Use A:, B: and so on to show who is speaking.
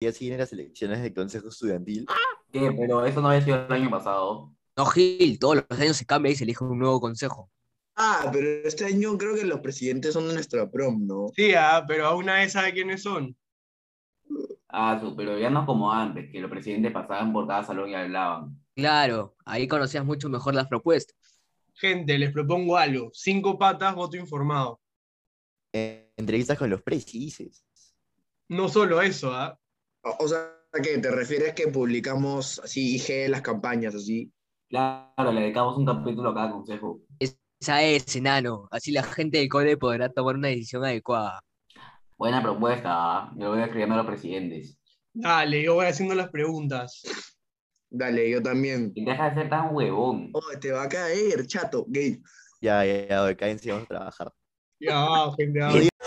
A: día siguen las elecciones del Consejo Estudiantil.
B: ¿Qué? Pero eso no había sido el año pasado.
C: No, Gil, todos los años se cambia y se elige un nuevo consejo.
D: Ah, pero este año creo que los presidentes son de nuestra prom, ¿no?
E: Sí, ah, pero aún nadie sabe quiénes son.
B: Ah, su, pero ya no como antes, que los presidentes pasaban por cada salón y hablaban.
C: Claro, ahí conocías mucho mejor las propuestas.
E: Gente, les propongo algo. Cinco patas, voto informado.
A: Eh, entrevistas con los precises.
E: No solo eso, ¿ah?
D: O, o sea, que te refieres que publicamos así IG las campañas, así.
B: Claro, le dedicamos un capítulo a cada consejo.
C: Esa es, enano. Así la gente del cole podrá tomar una decisión adecuada.
B: Buena propuesta, ¿ah? yo voy escribiendo a los presidentes.
E: Dale, yo voy haciendo las preguntas.
D: Dale, yo también.
B: Y deja de ser tan huevón.
D: Oh, te va a caer, chato, gay.
A: Ya, ya, ya, cállense, vamos a trabajar.
E: Ya, gente, ya.